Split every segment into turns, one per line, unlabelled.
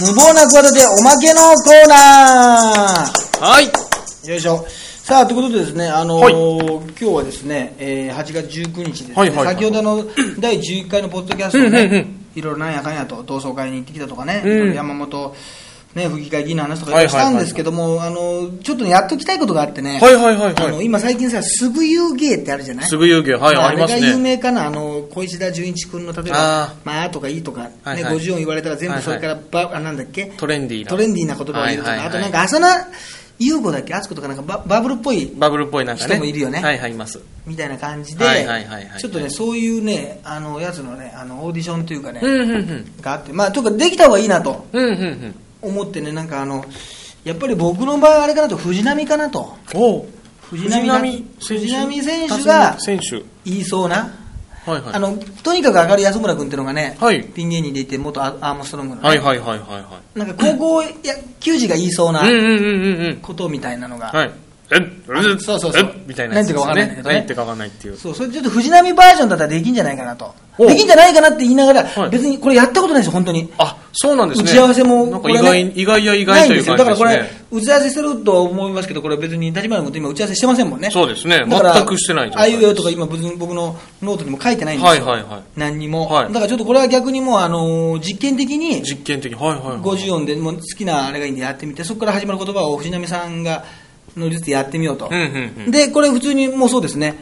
無謀な企ておまけのコーナー
はい。
よいしょ。さあ、ということでですね、あのー
はい
今日はですね、えー8月19日ですね、
はいはいはい
先ほどの第11回のポッドキャストをね、
うんうんうん
いろいろなんやかんやと、同窓会に行ってきたとかね、
うん
山本、ね、府議会議員の話とかいろいろしたんですけども、あのーちょっとねやっときたいことがあってね、
はいはいはい
あの
はい。
今最近さ、すぐ遊芸ってあるじゃない
すぐ遊戯、はい、あります
れが有
ね。
名かな、あの小石田純一君の例えば、
あ
まあとかいいとか、ね
はいはい
50音言われたら全部それからば、あなんだっけ
トレンディーな
トレンディーな言葉を言うとか、
はいはいはい
あとなんか浅野優子だっけ、敦子とかなんかババブルっぽい
バブルっぽいなんかね。
人もいるよね
はいはい、います。
みたいな感じで、
はいはいはいはい
ちょっとね、そういうね、あのやつのね、あのオーディションというかね、
うんうんうん。
があって、まあ、というか、できた方がいいなと
うんうんうん。
思ってね、なんかあの、やっぱり僕の場合、あれかなと、藤波かなと、
おう
藤浪が
選手
藤浪選手が
選手。
言いそうな。
はいはい。
あのとにかく上がる安村君っていうのがね、
はい
ピン芸人でいて元アアームストロングのね、
はいはいはいはいは。
なんか高校や球児が言いそうない
うんうんうんうんうん。
ことみたいなのが、
はい。えっ、えっ、
そうそうそう
えっみたいなやつですよ
なんていうかわかんないんだけ
ね。
どね
なんていうかわかんないっていう。
そうそれちょっと藤波バージョンだったらできんじゃないかなと
お
できんじゃないかなって言いながら、
はい
別にこれやったことないですよ本当に
あ、そうなんですね。
打ち合わせも
なん
こ
か
れね
意外、意外や意外という感
な
じですね。
いんですよだからこれ打ち合わせしてるとは思いますけどこれ別に立花君と今打ち合わせしてませんもんね
そうですね
だから
全くしてない状
あ
態です
いうえおとか今別に僕のノートにも書いてないんですよ、
はいはいはい
何にも、
はい
だからちょっとこれは逆にもう、あのー実験的に
実験的に。はいはいはい。
50音でもう好きなあれがいいんでやってみてそこから始まる言葉を藤波さんがのりつつやってみようと、
うんうんうん
でこれ普通にもうそうですね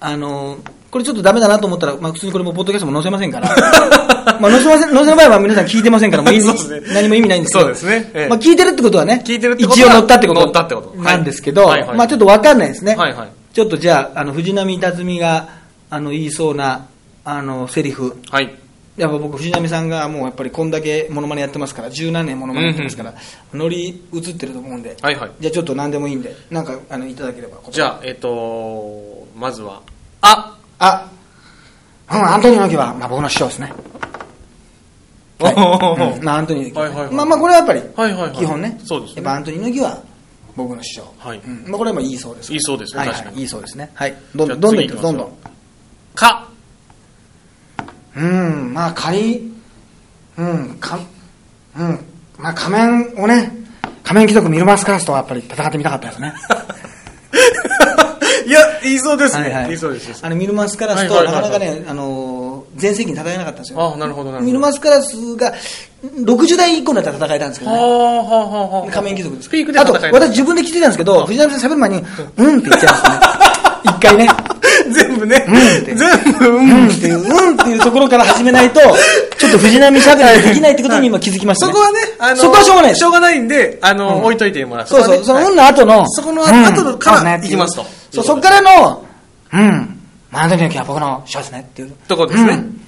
あのこれちょっとダメだなと思ったら、まあ、普通にこれもポッドキャストも載せませんから まあ載せません載せる場合は皆さん聞いてませんからもう意味
そうですね
何も意味ないんですけど
そうですねええ
まあ、聞いてるってことはね
聞いてるってこと
一
は
応載ったってこと
載ったってことはい
なんですけど、
はいはい
まあ、ちょっと分かんないですね、
はいはい
ちょっとじゃああの藤波辰巳があの言いそうなあのセリフ
はい。
やっぱ僕藤波さんがもうやっぱりこんだけモノマネやってますから十何年モノマネやってますから、ノリ映ってると思うんで、
はいはい。
じゃあちょっと何でもいいんでなんかあのいただければ
じゃあ、えっと、まずは、あ
ああ、うん、アントニオ猪木は、まあ、僕の師匠ですね、はいうんまあ、アントニオ猪木、
はいはいはい
まあまあこれはやっぱり
はいはいはい
基本ね
そうですね
やっぱアントニオ猪木は僕の師匠、
はい
うんまあ、これはまあいいそうです
いいそうですね
はい、
確
は
か
い、
に
いいそうですねはいどん
じゃ
どんど
あ
んどんい
次
きま
行きますす
どんどん
か、
うん、まあ仮、うん、か、うん、まあ仮面をね、仮面貴族ミルマスカラスとはやっぱり戦ってみたかったですね。
いや、言い そうです
はい
ね。
はい
言いそうです。
あのミルマスカラスと
は
はいな
はい
か
は
ないかね、あのー、全盛期に戦えなかったんですよ。
あなるほどなるほど
ミルマスカラスが60代以降になったら戦えたんですけど
はあ
ね。
はあはあはあ。
仮面貴族です。
ピークで
あと、
戦い
私自分で聞いてたんですけど、藤波さん喋る前に、うんって言っちゃうん ですね。一回ね。
全部ね
うんって、
全部、う
うん
ん。
っていう、うんっていうところから始めないと、ちょっと藤波しゃべりできないってことに今気づきました、
そ
ね。
こはね、あの、
そこはしょうがないです
しょうがないんで、あの、
うん
置いといてもらう。
そうそう、そ
こは
の
ね
運の後の、
そこの
うん
後のから
そうねってう
いきますと
そう、そっからの、うん、マンドリオキは僕の師匠ですねっていう。
とこですね
うん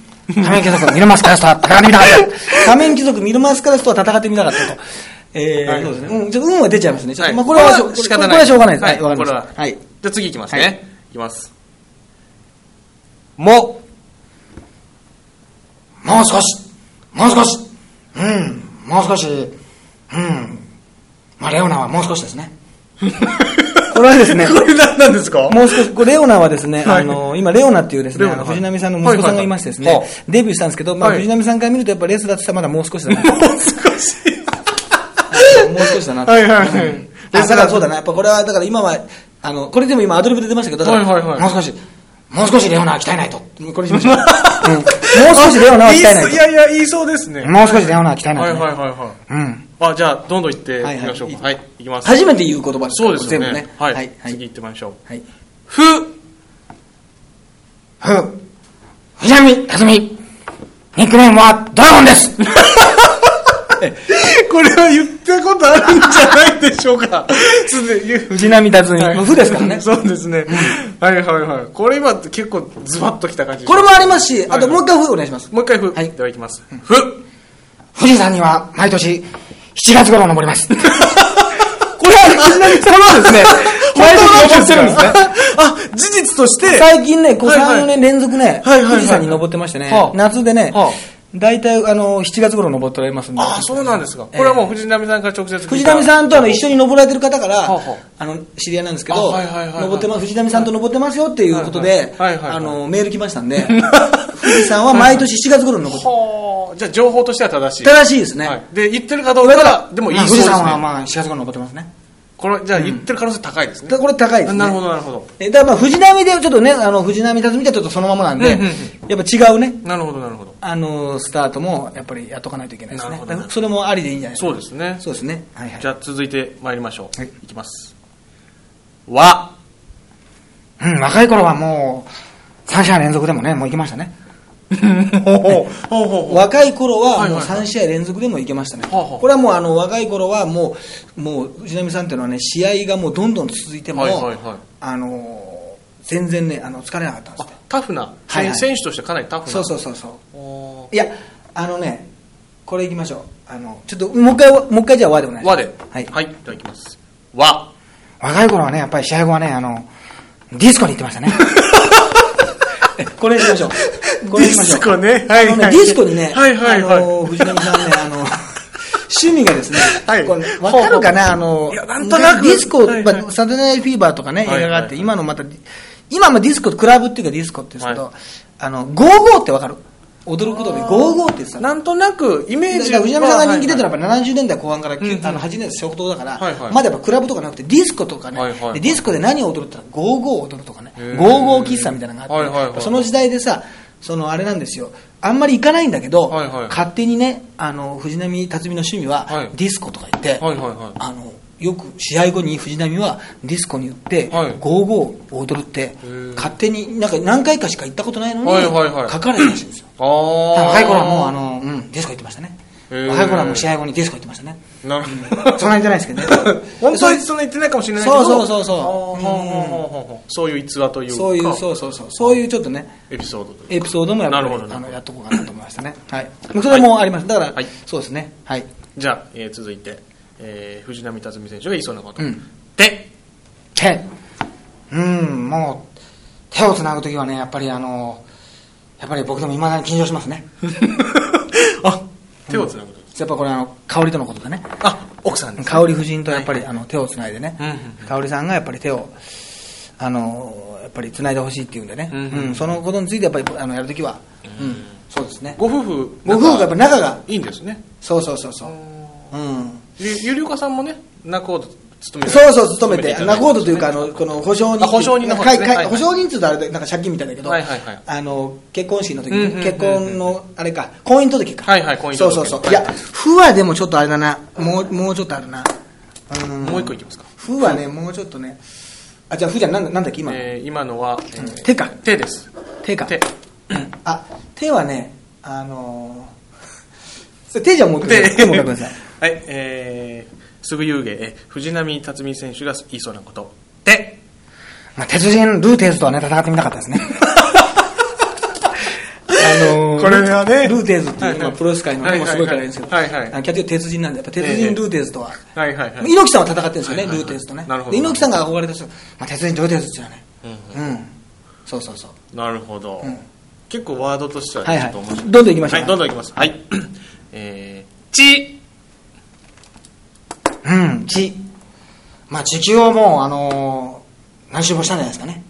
仮面貴族ミルマスカラスと は戦ってみたかった。仮面貴族ミルマスカラスとは戦ってみたかったと。え
はい
ー、そうですね。うん、ちょっと運は出ちゃいますね。ちょっ
はい
とまあこれはしょ
仕方ない。
これはしょうがないです。
は、
はいい、わか
こ
り
れ
ま
は
し。た。はい。
じゃあ次いきます
はい
ね。いきます。 も、
もう少し、もう少し、うん、もう少し、うん、まあレオナはもう少しですね。これはですね
これ何なんですか
もう少し、これレオナはですね、
はい
あの、今、レオナっていうですね、
レオ
あ
ナ
の
はい
藤波さんの息子さんがいましてです
はいはい
ね
はいは、
デビューしたんですけど、まあ、
はい
藤波さんから見ると、やっぱレースだとしたらまだもう少しだな。
もう少し。
もう少しだな。
はいはいはい
うんあだからそうだな、やっぱこれは、だから今は、あの、これでも今アドリブで出ましたけど、だから
はいはいはい
もう少し、もう少しレオナは鍛えないと。これにしましょう。 うんもう少しレオナは鍛えない
いやいや、言いそうですね
と。。もう少しレオナは鍛え
は
ないい
はい
と。
はいはい。
うん。
あ、じゃあ、どんどん行っていきましょうか。
は
はいい、行きます。
初めて言う言葉です
そうですよ
全部
ね
ね。。
はい、
はい。は
次
い
行ってみましょう。
はい。
ふ、
ふう、藤波辰巳、ニックネームはドラゴンです
これ は言ったことあるん じゃないでしょうか。すでに
藤波辰
はい。
巳。ふですからね
そうですね。はいはいはい。これ今結構ズバッときた感じ。
これもありますし、
はい
あともう一回ふお願いします。
もう一回ふ。
はい
では行きます。ふ。
富士山には毎年7月頃登り ます。これは藤波さんは ですね、毎年登ってるんですね。
あ、事実として。
最近ね、こう
はいはい
3、4年連続ね、
はいはいはい
富士山に登ってましてね
はあ、
夏でね
はあ、
大体あの7月頃登っておられますんで
ああ、そうなんですか。こ
ええ
れはもう藤波さんから直接聞いた
藤波さんとあの一緒に登られてる方から、
はあは
あの知り合いなんですけ
あ
ど、
はいはいはいはい
登ってます藤波さんと登ってますよっていうことで、
はいはいはいはい
あのメール来ましたん で、藤さんは毎年7月頃に登って、
はあ、じゃあ情報としては正しい。
正しいですね。
はい。で、言ってるかどうかは、でもいい
まあ
そう
富士
です
山は
ね。
まあ4月頃登ってますね。
これ、じゃあ言ってる可能性高いですね。
だこれ高いですね。
なるほど、なるほど。
えだからまあ藤波でちょっとね、あの藤波辰巳ってちょっとそのままなんで、
うんうんうん
やっぱ違うね。
なるほど、なるほど。
あのスタートもやっぱりやっとかないといけないです
な
ね
るほ。ど
だからそれもありでいいんじゃないですか。
そうですね。
そうですね。はいはい。
じゃあ続いて参りましょう。
はい
いきます。わ。
うん、若い頃はもう、3試合連続でもね、もう行けましたね。
ほうほうほうほう。
若い頃はもう
はいはいはい
3試合連続でも行けましたね、
はあはあ
これはもうあの若い頃はもう、もう藤波さんっていうのはね、試合がもうどんどん続いても、
はいはいはい
あのー全然ね、あの疲れなかったんです
あ
よ、
タフな、
はいはい
選手としてかなりタフな。
そうそうそうそう、
お
いや、あのね、これいきましょう、あのちょっともう一回、もう一回じゃあ、和でお願いし
ー
ま
和
す、
で。
はい
はい、じゃあいきます。和。
若い頃はね、やっぱり試合後はね、あのディスコに行ってましたね。えこれにしましょう。これにしましょう。
ディスコねはいはい
あのディスコにね、
はいはいはい
あの、藤波さんね、あの、趣味がですね、
はい
これわかるかな、あの、
いやなんとなく
ディスコ、
はいはい
まあサタデーナイトフィーバーとかね、映
はいはい
画があって、今のまた、今もディスコ、クラブっていうかディスコって言うんですけど、
はい
あの、55ってわかる驚くことで55って言ってたの
なんとなく、イメー
だ
ジ
から
は。
藤波さんが人気出たの
はい
はやっぱ70年代後半から、
うんうん
あの80年代初頭だから、
はいはい
まだやっぱクラブとかなくてディスコとかね、
はいはいはい
でディスコで何を踊るって言ったら55を踊るとかね
へー
55喫茶みたいなのがあって、
はいはいはい
その時代でさそのあれなんですよあんまり行かないんだけど、
はいはい
勝手にねあの藤波辰巳の趣味は
はい
ディスコとか言って、
はいはいはい
あのよく試合後に藤波はディスコに行って、
はい
55を踊るって
ー
勝手になんか何回かしか行ったことないのに、
はいはいはい
書かれてるらしいんですよ
ああ。
若い頃はもうあ、の、うん、ディスコ行ってましたね。
へー
若い頃はもう試合後にディスコ行ってましたね。
なる。
そんなにじゃないですけどね
本当にそんな言ってないかもしれないけ
そう
ど。
そうそうそう
あーほうほうほうほうそういう逸話というか。
そういう、そうそうそう、そういうちょっとね、
エピソードという
エピソードもやっぱり
なるほど
あのやっとこうかなと思いましたね。はい。それもあります。だから、
はい
そうですね。はい。
じゃあ、えー続いて、えー藤波辰巳選手が言いそうなこと。
うん
で、
手。うん、もう、手をつなぐときはね、やっぱりあの、やっぱり僕でもいまだに緊張しますね。
あ、手をつなぐと。
やっぱこれあの、香りとのことでね。
あ、奥さんです。
香織夫人とやっぱり、あの手をつないでね、
うんうんう
香織さんがやっぱり手をあのやっぱりつないでほしいっていうんでね、
う
うんん
うんうん
そのことについてやっぱりあのやるときは、うんそうですね
ご夫婦、
ご夫婦がやっぱ仲が
いいんですね。
そうそうそうそう、うん、
ゆゆりおかさんもね、仲を務め
そうそう勤めて
いただい
仲人というかあのこの保証人
あ保証人の方で
か
す
い
ね
かい
はいはい
保証人っていうとあれでなんか借金みたいだけど、
はいはいはい
あの結婚式の時
うんうんうんう
に
ん
結婚のあれか婚姻届か
はいはい婚姻届
そうそうそう
はい
いや不はでもちょっとあれだなもうもうちょっとあるなうん
もう一個いきますか。
ふはね、もうちょっとね、あ、じゃあ、ふじゃなんだなんだっけ、今、
えー今のは、えー
手か
手です。
手か。
手。
あ、手はね、あのー、それ手じゃもう一回、
で、
手もう一回くだ さい。
はい、えー、すぐ遊芸、えー藤波辰巳選手が言いそうなこと。で、
まあ、鉄人、ルーテーズとはね、戦ってみたかったですね。 あのー
これはね
ルーテーズって、
はいいうはい
まあ、プロレス界のね、もうすごいからいいんですけど、
はいはいはい
あのキャッチは鉄人なんで、やっぱ鉄
ええ
人、ルーテーズとは。
はいはいはい。
猪木さんは戦ってるんですよね、
はいはいはい
ルーテーズとね。
なるほ
で
ど
猪木さんが憧れた人、まあ、鉄人、ルーテーズっていうのはね、うん、そうそうそう。
なるほど、
うん
結構ワードとしては
はい
ねち
はい
ょっと面白い、
どんどん行きましょう
はいどんどんいきますはい えー、ち
うん、地。まあ、地球はもう、あのー何周もしたんじゃないですかね。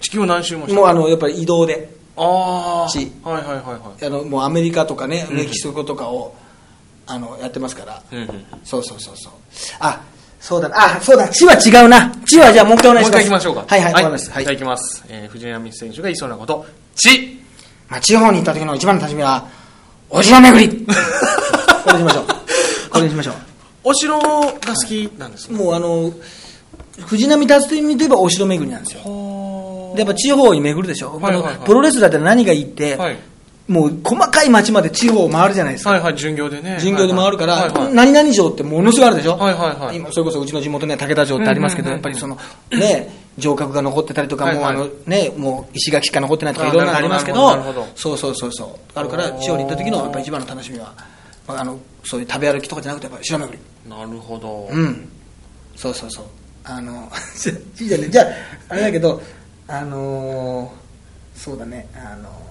地球を何周もした
もう、あの、やっぱり移動で、
ああ
地
はいはいはいは
あの、もうアメリカとかね、
ん
メキシコとかを、あの、やってますから。
い、うんうん、
そうそうそうそう。あ、そうだ、あ、そうだ、地は違うな。地はじゃあもう一回お
もう
願いします。
一回いきましょうか
はいはい、わかり
は
ま
い
し
じ
た
ゃあ
はいい。
きます、えー、藤波選手が言いそうなことち
まあ、地方に行った時の一番の楽しみは、お城巡 り。これにしましょう。これにしましょ
お城が好きなんです
う。
ね、
もう、あの、藤波達巳といえばお城巡りなんですよ。
は
でやっぱ地方に巡るでしょ、
はいはいはい
あのプロレスラーって何がいいって、
はい
もう細かい町まで地方を回るじゃないですか、
はいはい巡業でね
巡業で回るから、
はいはい
何々城ってものすごいあるでしょ、
はいはいはい
今それこそうちの地元ね武田城ってありますけど、
うんうんうんうん
やっぱりそのね城郭が残ってたりとか、
はいはい
もうあのねもう石垣しか残ってないとか
あ
いろんなのありますけど
なるほどなるほど
そうそうそうそうあるから
おー
地方に行った時のやっぱ一番の楽しみは、まあ、あのそういう食べ歩きとかじゃなくてやっぱ城巡り
なるほど、
うんそうそうそうあのじゃあいいじゃねじゃああれだけどあのーそうだねあのー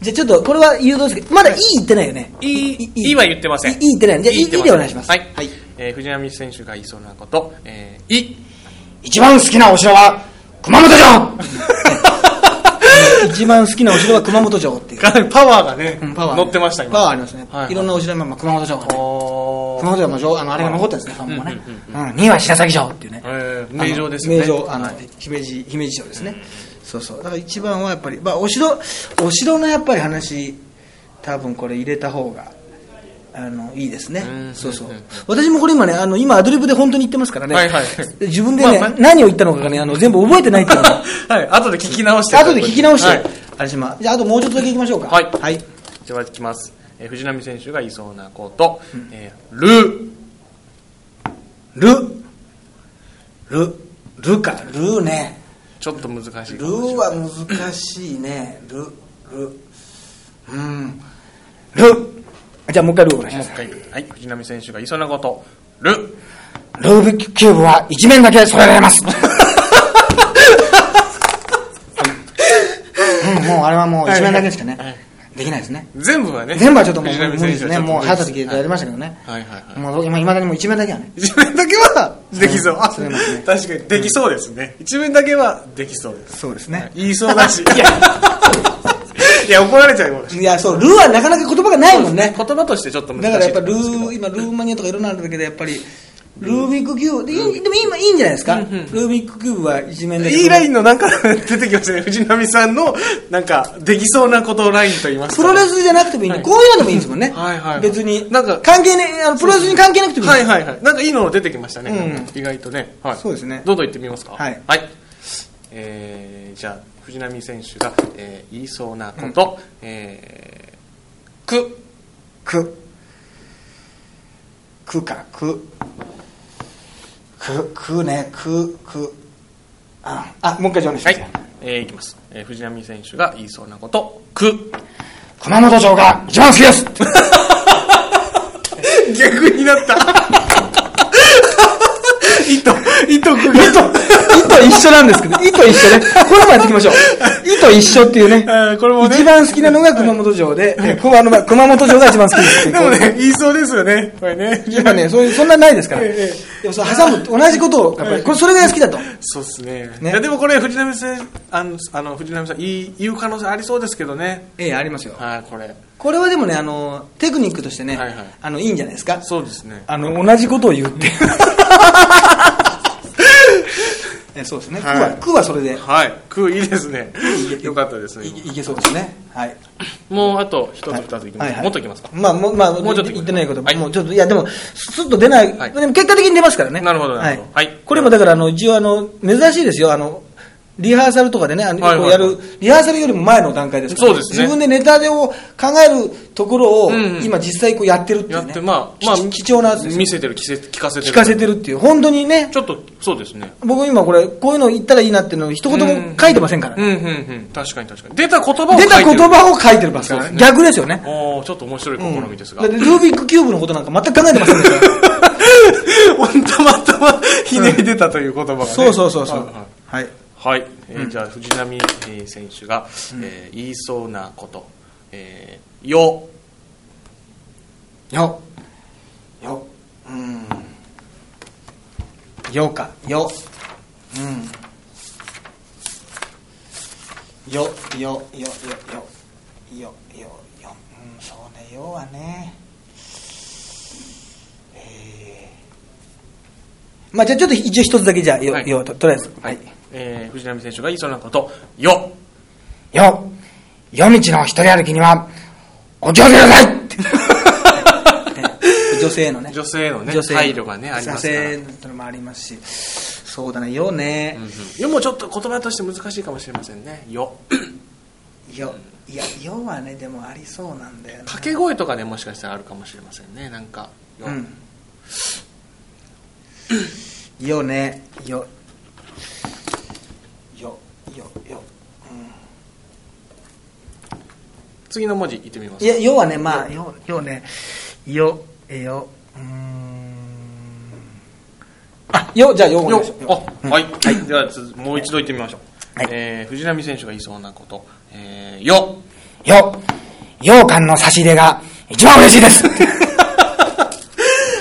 じゃあちょっと、これは誘導して、まだいい言ってないよね。
いい、いいは言ってません。
いい言ってない。じゃあ、いい
言ってま
でお願いします。
はい。えー藤波選手が言いそうなこと、えーい。
一番好きなお城は熊 本城
一番好きなお城は熊本城っていう。
かなりパワーがね、
うんパワー。
乗ってました、今。
パワーありますね。
はい
いろんなお城、まあまあ熊本城がね。
お
熊
ー
本城も城、あの、あれが残ってるんですね、ファンもね。うん、2位は白崎城っていうね。
え
あ
ー
の
名城ですよね。
名城、あの、姫路、姫路城ですね。そうそう。だから一番はやっぱり、まあ、お城、お城のやっぱり話、多分これ入れた方が、あの、いいですね
う。ん
そうそう
うんうん。
私もこれ今ね、あの、今アドリブで本当に言ってますからね。
はいはい
自分でね、
まあまあ
何を言ったのかがね、あの、全部覚えてないっていうのが
はい、後で聞き直して。
後で聞き直し
はい
て、あれしま。じゃあ、あともうちょっとだけ行きましょうか。
はい
はい。
では、いきます。えー藤波選手が言いそうなこと、えール
ル。ル。ルか。ルね。
ちょっと難しいか
ル
もしれない。
ーは難しいね。ル、ル。うん。
ル
じゃあもう一回ルーお願いし
もう
ます。
一回はい、藤波選手が言いそうなこと、ル
ルービックキューブは一面だけ揃えら れます、うんうん、もうあれはもう一面だけしかね、
はいはい
できないですね
全部はね、
全部はちょっともう
藤
無
波
理
選
で
手
す
は
ね
ちょっと
もう
無理
早
で
田
す
時やりましたけどね、
はいはいはい。
もう今いまだにもう一面だけはね
一面だけはできそう。あ
そうですね
確かにできそうですね。一面だけはできそうです。
そうです
はい。言いそうだし。いや、いや怒られちゃうよ。
いや、そう、ルーはなかなか言葉がないもんね。
言葉としてちょっと難
だ
しい。
からやっぱルー、今ルーマニアとかいろんなのあるんだけど、やっぱり、ルービックキューブ、でいいでも今いいんじゃないですか。ルービックキューブは一面だけ。
いいラインのなんか 出てきましたね。藤波さんの、なんか、できそうなことラインと言います
プ
か。
ロレスじゃなくてもいいんで、
はい
こういうのでもいいんですもんね。
はいはいはい
別に。
なんか
関係ね、あのプロレスに関係なくてもいい。
はいはいはい。なんかいいの出てきましたね。
う
意外とね。はい。
そうですね
どんどん行ってみますか。
はい
はい。えー、じゃあ、藤波選手が、えー、言いそうなこと、えー、く、
く。くか、く。く、くね、く、く。あ、あもう一回じゃあお願いし
は
ます。
い。えー、いきます。えー、藤波選手が言いそうなこと、 く。
熊本城が一番好きです
逆になった。 糸、糸くが。
糸一緒なんですけど、糸一緒ね。これもやっていきましょう。 糸一緒っていうね。
あーこれもね
一番好きなのが熊本城で、えこあのま熊本城が一番好きです。
でもね、言いそうですよね。これね。
やっぱね、そういう、そんなないですから。
えええ
でもそう挟む、同じことを、やっぱり、これ、それが好きだと。
そうっすね。
ね
いやでもこれ藤波さんあのあの藤波さんいい言う可能性ありそうですけどね。
ええ、ありますよ。
はいこれ
これはでもね、あの、テクニックとしてね、
はいはい
あの、いいんじゃないですか。
そうですね。
あの、同じことを言う って。えそうですね。
はい
くは、くはそれで
はい空いいです ね
い。け
よかったですね。
いいけそうですね。はい。
もうあと一つ二ついきます。もっといきますか。
まあ、もう、まあ、
もうちょっといきます
言ってないこと、
はい
もうちょっと、いや、でも、スッと出ない、
はい
でも結果的に出ますからね。
なるほどなるほど
はい
はい。
これもだから、あの、一応、あの、珍しいですよ、あの、リハーサルとかでね、あの、
はい
こ
は
う
い
やる、リハーサルよりも前の段階ですから
そうですね
自分でネタでを考えるところを、
うんうん
今実際こうやってるってい
や
う
っ
ね。
てまあまあ
貴貴重なやつです
見せてる聞せ聞かせてる
聞かせてるっていう、本当にね、
ちょっとそうですね。
僕今これ、こういうの言ったらいいなっていうのを一言も書いてませんから
う
ね。
んうんうん確かに確かに出た言葉を書い
出
て
た
る
言葉を書いてるから
そうですね
逆ですよね。
おーちょっと面白い試みですが。
だってルービックキューブのことなんか全く考えてませんでした。
たまたまひねり出たという言葉がね。
そうそうそうそ
はいう
は
はい。
い。
はい、えーじゃあ藤波えー選手が、えー言いそうなこと、えーよ
よ。よ。うん。よか。よ。うん。よ、よ、よ、よ、よ。よ、よ、よ。うん、そうね、よはね。えーまあじゃあちょっと一応一つだけじゃあ、よ、
はい
よ、ととりあえず。はい。
えー藤波選手が言いそうなこと よ
よ夜道の一人歩きにはお気をつけください
女性のね。
女性のね
女性の
配慮がねありますから、
女性のもありますし。そうだね、よね。
うんよもちょっと言葉として難しいかもしれませんね よ
よいや要はねでもありそうなんだよね
掛け声とかねもしかしたらあるかもしれませんねなんかよ、
うんよねよよよよ
次の文字言ってみます
いや要はねまあよよねよえようーんあよじゃあよお願
よ
いしますよ
あ、はい、はい、ではつづもう一度言ってみましょう、
はい
えー藤波選手が言いそうなこと、えーよ
よ、羊羹の差し入れが一番嬉しいです。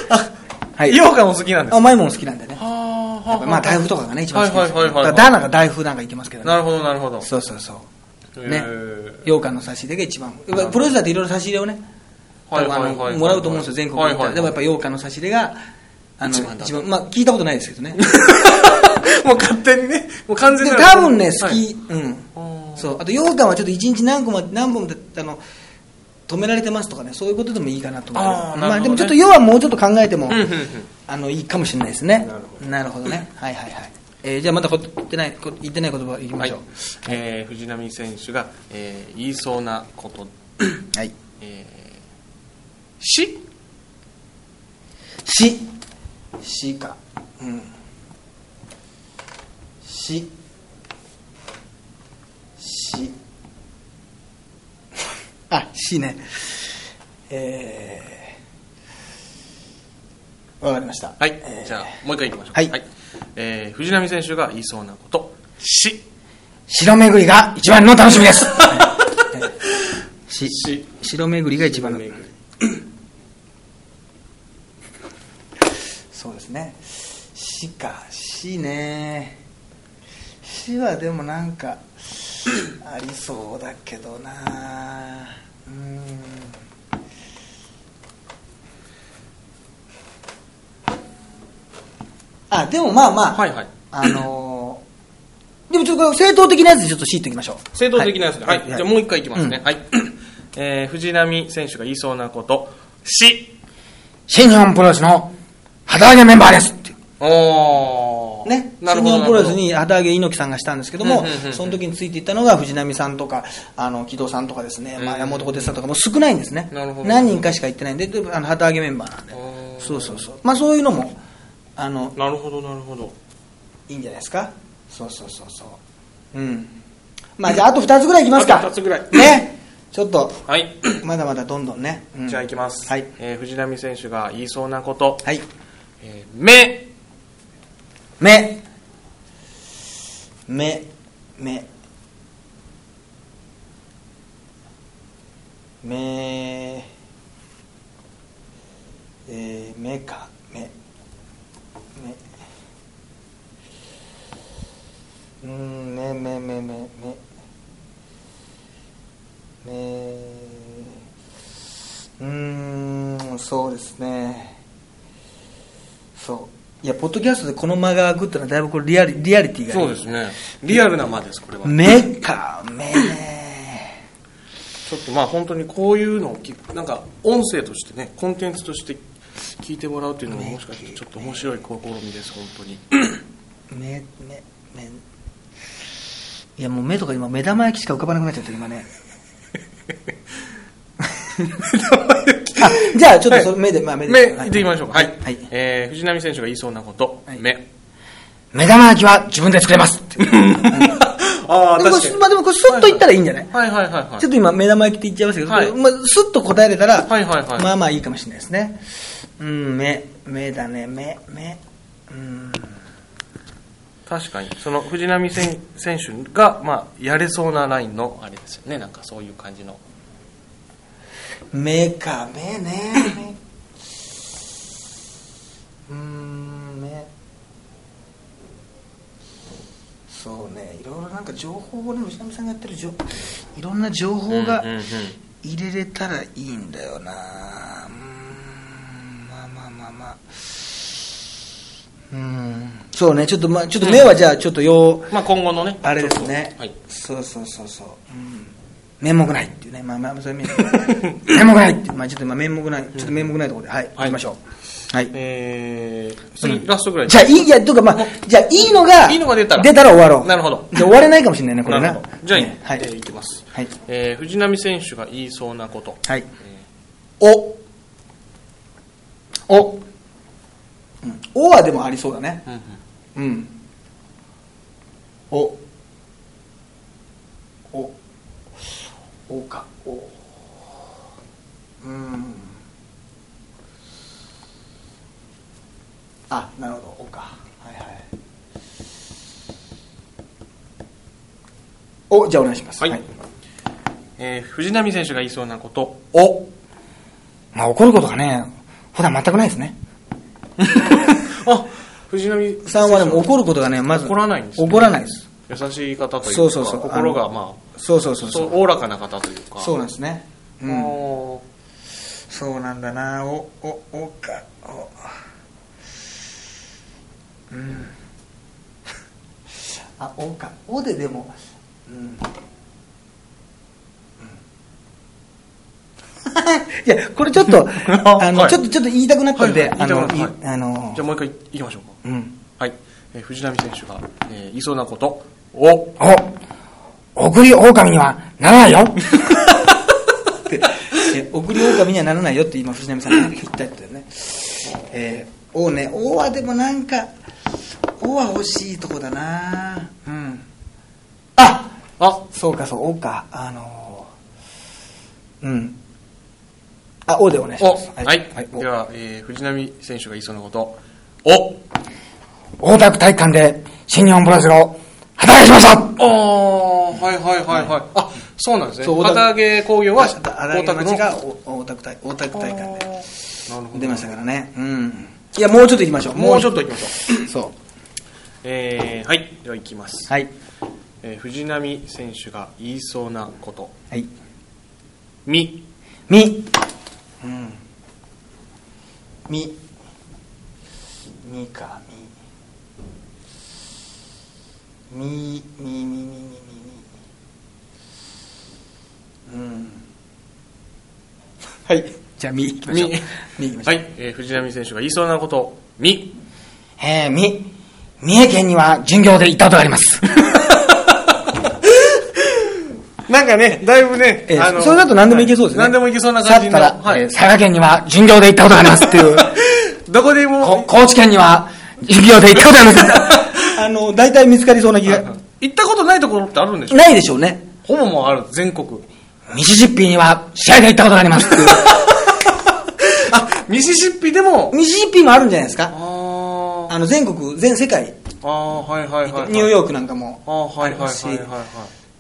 は
羊羹も好きなんです
甘いもの好きなんでね。やっぱまあ大
大福
福とかがね、一番好きですよ。
はいはいはいは
だ
い
からダーナが大福なんかいけますけどね。
なるほどなるほど
そうそうそう。
えー
羊羹の差し入れが一番。やっぱプロレスだっていろいろ差し入れをね、
はい
多分
はい
あ
はいはい
のもらうと思うんですよ、全国に行った
は
ら。
いはい
でもやっぱ羊羹の差し入れが、あの、
一番だと
一番、まあ聞いたことないですけど ね。
もう勝手にねもう完全
で
な
多分ね、好
は
き
い、
うん。
あー
そう。あと羊羹はちょっと一日何個まで、何本もあの、止められてますとかね、そういうことでもいいかなと思う。
あーなるほどね
まあでもちょっと要はもうちょっと考えても
うん、うんうん
あのいいかもしれないですね
なるほ。
なるほどね。はいはいはい。えーじゃあまたこ言ってないこ言ってない言葉いきま
はい
しょう。
えー藤波選手が、えー言いそうなこと、
はい。
えーし
し。しか。うん。し。し。 あ、しね。えー。わかりました。
はい、
えー
じゃあもう一回いきましょう
はい
えー藤波選手が言いそうなことし
白巡りが一番の楽しみです。
し。
し
白巡りが一番の
巡り
そうですね死か死ね死はでもなんかありそうだけどなうんあでもまあまあ、
はいはい
あのーでもちょっとこれ正当的なやつでちょっと死いっておきましょう
正当的なやつで、はいじゃあもう一回いきますね、
うん
はい、えー藤波選手が言いそうなことし
新日本プロレスの旗揚げメンバーです。
おー
ね、
なる
新日
ほど
本プロレス
なるほ
に旗揚げ猪木さんがしたんですけども、
うんうんうんうん
その時についていったのが藤波さんとかあの木戸さんとかですね、まあ、
うん
山本小手さんとかもう少ないんですね
なるほど
何人かしか行ってないんでであの旗揚げメンバーなんで
ど
そうそうそう、まあ、そういうのもあの
なるほどなるほど
いいんじゃないですかそうそうそうそううんまあじゃああと2つぐらいいきますか
あと二つぐらい
ねちょっと
はい、
まだまだどんどんね、うん
じゃあいきます、
はい
えー藤波選手が言いそうなこと、
はい
えー目
目目目目えー、目か目目うーん目目目目目目うーんそうですねそういやポッドキャストでこの間が空くってのはだいぶこれリアリリアリティが
そうですねリアルな間ですこれは
目か目ね
ちょっとまあ本当にこういうのをきなんか音声としてねコンテンツとして聞いてもらうっていうのももしかしてちょっと面白い試みです本当に
目目目いやもう目とか今目玉焼きしか浮かばなくなっちゃった今ね あじゃあちょっとその目で、まあ目で
目いってみましょうかはい、
はい
えー藤波選手が言いそうなこと、
はい
目
目玉焼きは自分で作れます。
ああ
でもこ
確か
れ
に
まあでもこれスッと言ったらいいんじゃない、
はいはいはいはい
ちょっと今目玉焼きって言っちゃいましたけど、
はい
まあ、スッと答えれたら、
はいはいはい
まあまあいいかもしれないですねうん目目だね目目うん
確かにその藤波選選手が、まあ、やれそうなラインのあれですよねなんかそういう感じの
目か目ね目うーん目そうねいろいろなんか情報をね藤波さんがやってる情いろんな情報が
うんうんうん
入れれたらいいんだよなうーんまあまあまあまあうーんそうねちょっとまあちょっと目はじゃあちょっとよう、
まあ、今後のね
あれですね、
はい
そうそうそうそう、うん、面目ないっていうねまあまあそれ 面目
面目ない
っていうまあちょっと今面目ないちょっと面目ないところではい、行きましょうはい、
えー、それラストぐらい
じゃあいいいやというかまあじゃあいいのが
いいのが出たら
出たら終わろう
なるほど
じゃあ終われないかもしれないねこ
な
れ
る
な
ほどじゃあ、
ねはい、
えーいきます、
はい
えー藤波選手が言いそうなこと、
はい
おお、
うん「お」はでもありそうだね
うんう
う
ん、
ん「お」「お」「お」か「お」うんあなるほど「お」かはいはいおじゃあお願いします
はい、
はい、
ええー藤波選手が言いそうなこと。
おまあ怒ることがね、普段全くないで すね。
あ、藤波
さんはでも怒ることがね、まず。
怒らないんですね
怒らないです。
優しい方というか、
そうそうそう
心
あ
が
の
ま
そうそうそ
あ、
う
そ
そうう。
おおらかな方というか。
そうなんですね。う
あ
ん。
ー
そうなんだなお、お、おか、お。うん。 あ、おか、おででも、うん。 うんいや、これちょっ と、あの、
はい
ちょっと、ちょっと言いたくなったんで、
はいはい
あの、
言いたくなっ
いあの
じゃあ、もう一回行きましょうか。
うん。
はい。えー藤波選手が、えー言いそうなこと。お
お送り狼にはならない よ
って、え 送り狼にはならないよって今、藤波さ んが言ったってね。えー、王ね、王はでもなんか、王は欲しいとこだなうん。あ
あ、
そうか、そう、王か。あのー、うん。あ、王でお願いし
お
ます。
はい。では、えー藤波選手が言いそうなこと。お
大田区体育館で新日本プロレスを働きしました
ああ、はいはいはいはい。あ、そうなんですね。
そう
大田揚工業は
大
大田
田区の
区の。なる
がお大田区大大田区大会で
ほど。
出ましたからね。うん。いや、もうちょっと行きましょう。
もうちょっ
と。
と行きましょう。
そ
えー、はい。では行きます
う。。はい。
えー藤波選手が言いそうなこと。
はい。
み、
み。うん。み。みか、み。み、み、み、み、み、み、み。うん。はい。
じゃあ、み、行きましょう
み。
み、きましょ
はい。えー藤波選手が言いそうなこと。み、
えー、み、三重県には巡業で行ったことがあり ます。
なんかね、だいぶね
えーそれだと何でもいけそうですね
はい何でもいけそうな
さ
感
っ
じ
き
の。
から、
は
えー
い。
佐賀県には巡業で行ったことがありますっていう、
どこで
こ
も、
高知県には巡業で行ったことがありま
う。あの、大体見つかりそうな気
はい
が。
行ったことないところってあるんでしょ
ないでしょうね。
ほぼもうある、全国。
す。ミシシッピには試合で行ったことがありますっていう。
あ、ミシシッピでも。
ミシシッピもあるんじゃないですか。
ああ
あの、全国、全世界、
ああ、はいはいはいはい。
ニュー
ーク。
ヨークなんかも
ああ、はいはい
ま
は
すし
いはいはい。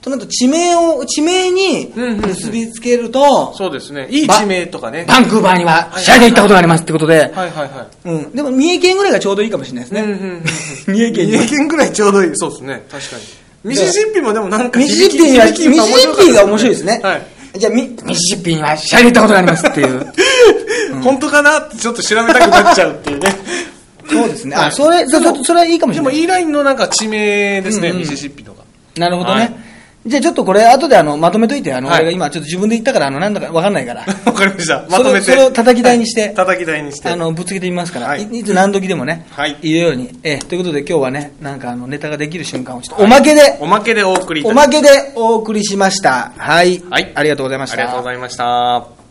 となると地名を、地名に
うんうんうん
結びつけると、
そうですね。いい地名とかね。
バンクーバーには試合で行ったことがありますってことで、
はいはいはい。
うん。でも三重県ぐらいがちょうどいいかもしれないです
うんう
ね。
んうん。
三重県に。
三重県ぐらいちょうどいい。そうですね。確かに。ミシシッピもでもなんか
ミシシ
響き、
ッピには、ミ
響
シシ
きが面白かった
ッピが面白いですね。
はい。
じゃあ、み、
ミシシッピには試合で行ったことがありますっていう。
本当かなってちょっと調べたくなっちゃうっていうね。
そうですね。
は
あ、
い
それ、そそそれはいいかもし
で
れ
も
ない。
いいラインのなんか地名ですね、
うんうん
ミシシッピとか。
なるほど
は
ね
い。
じゃあちょっとこれ、後であの、まとめといて、あの、
はい
俺が今ちょっと自分で言ったから、あの、なんだかわかんないから。
わかりました。まとめて。
それをそれを叩き台にして
はい 叩き台にして。
あの、ぶつけてみますから、、
はいい
いつ何時でもね、
はい
言うように。ええ、ということで今日はね、なんかあの、ネタができる瞬間をちょっとおまけで、
おまけでお送りいた
お
します
まけでお送りしました。はい。
はい
ありがとうございました。
ありがとうございました。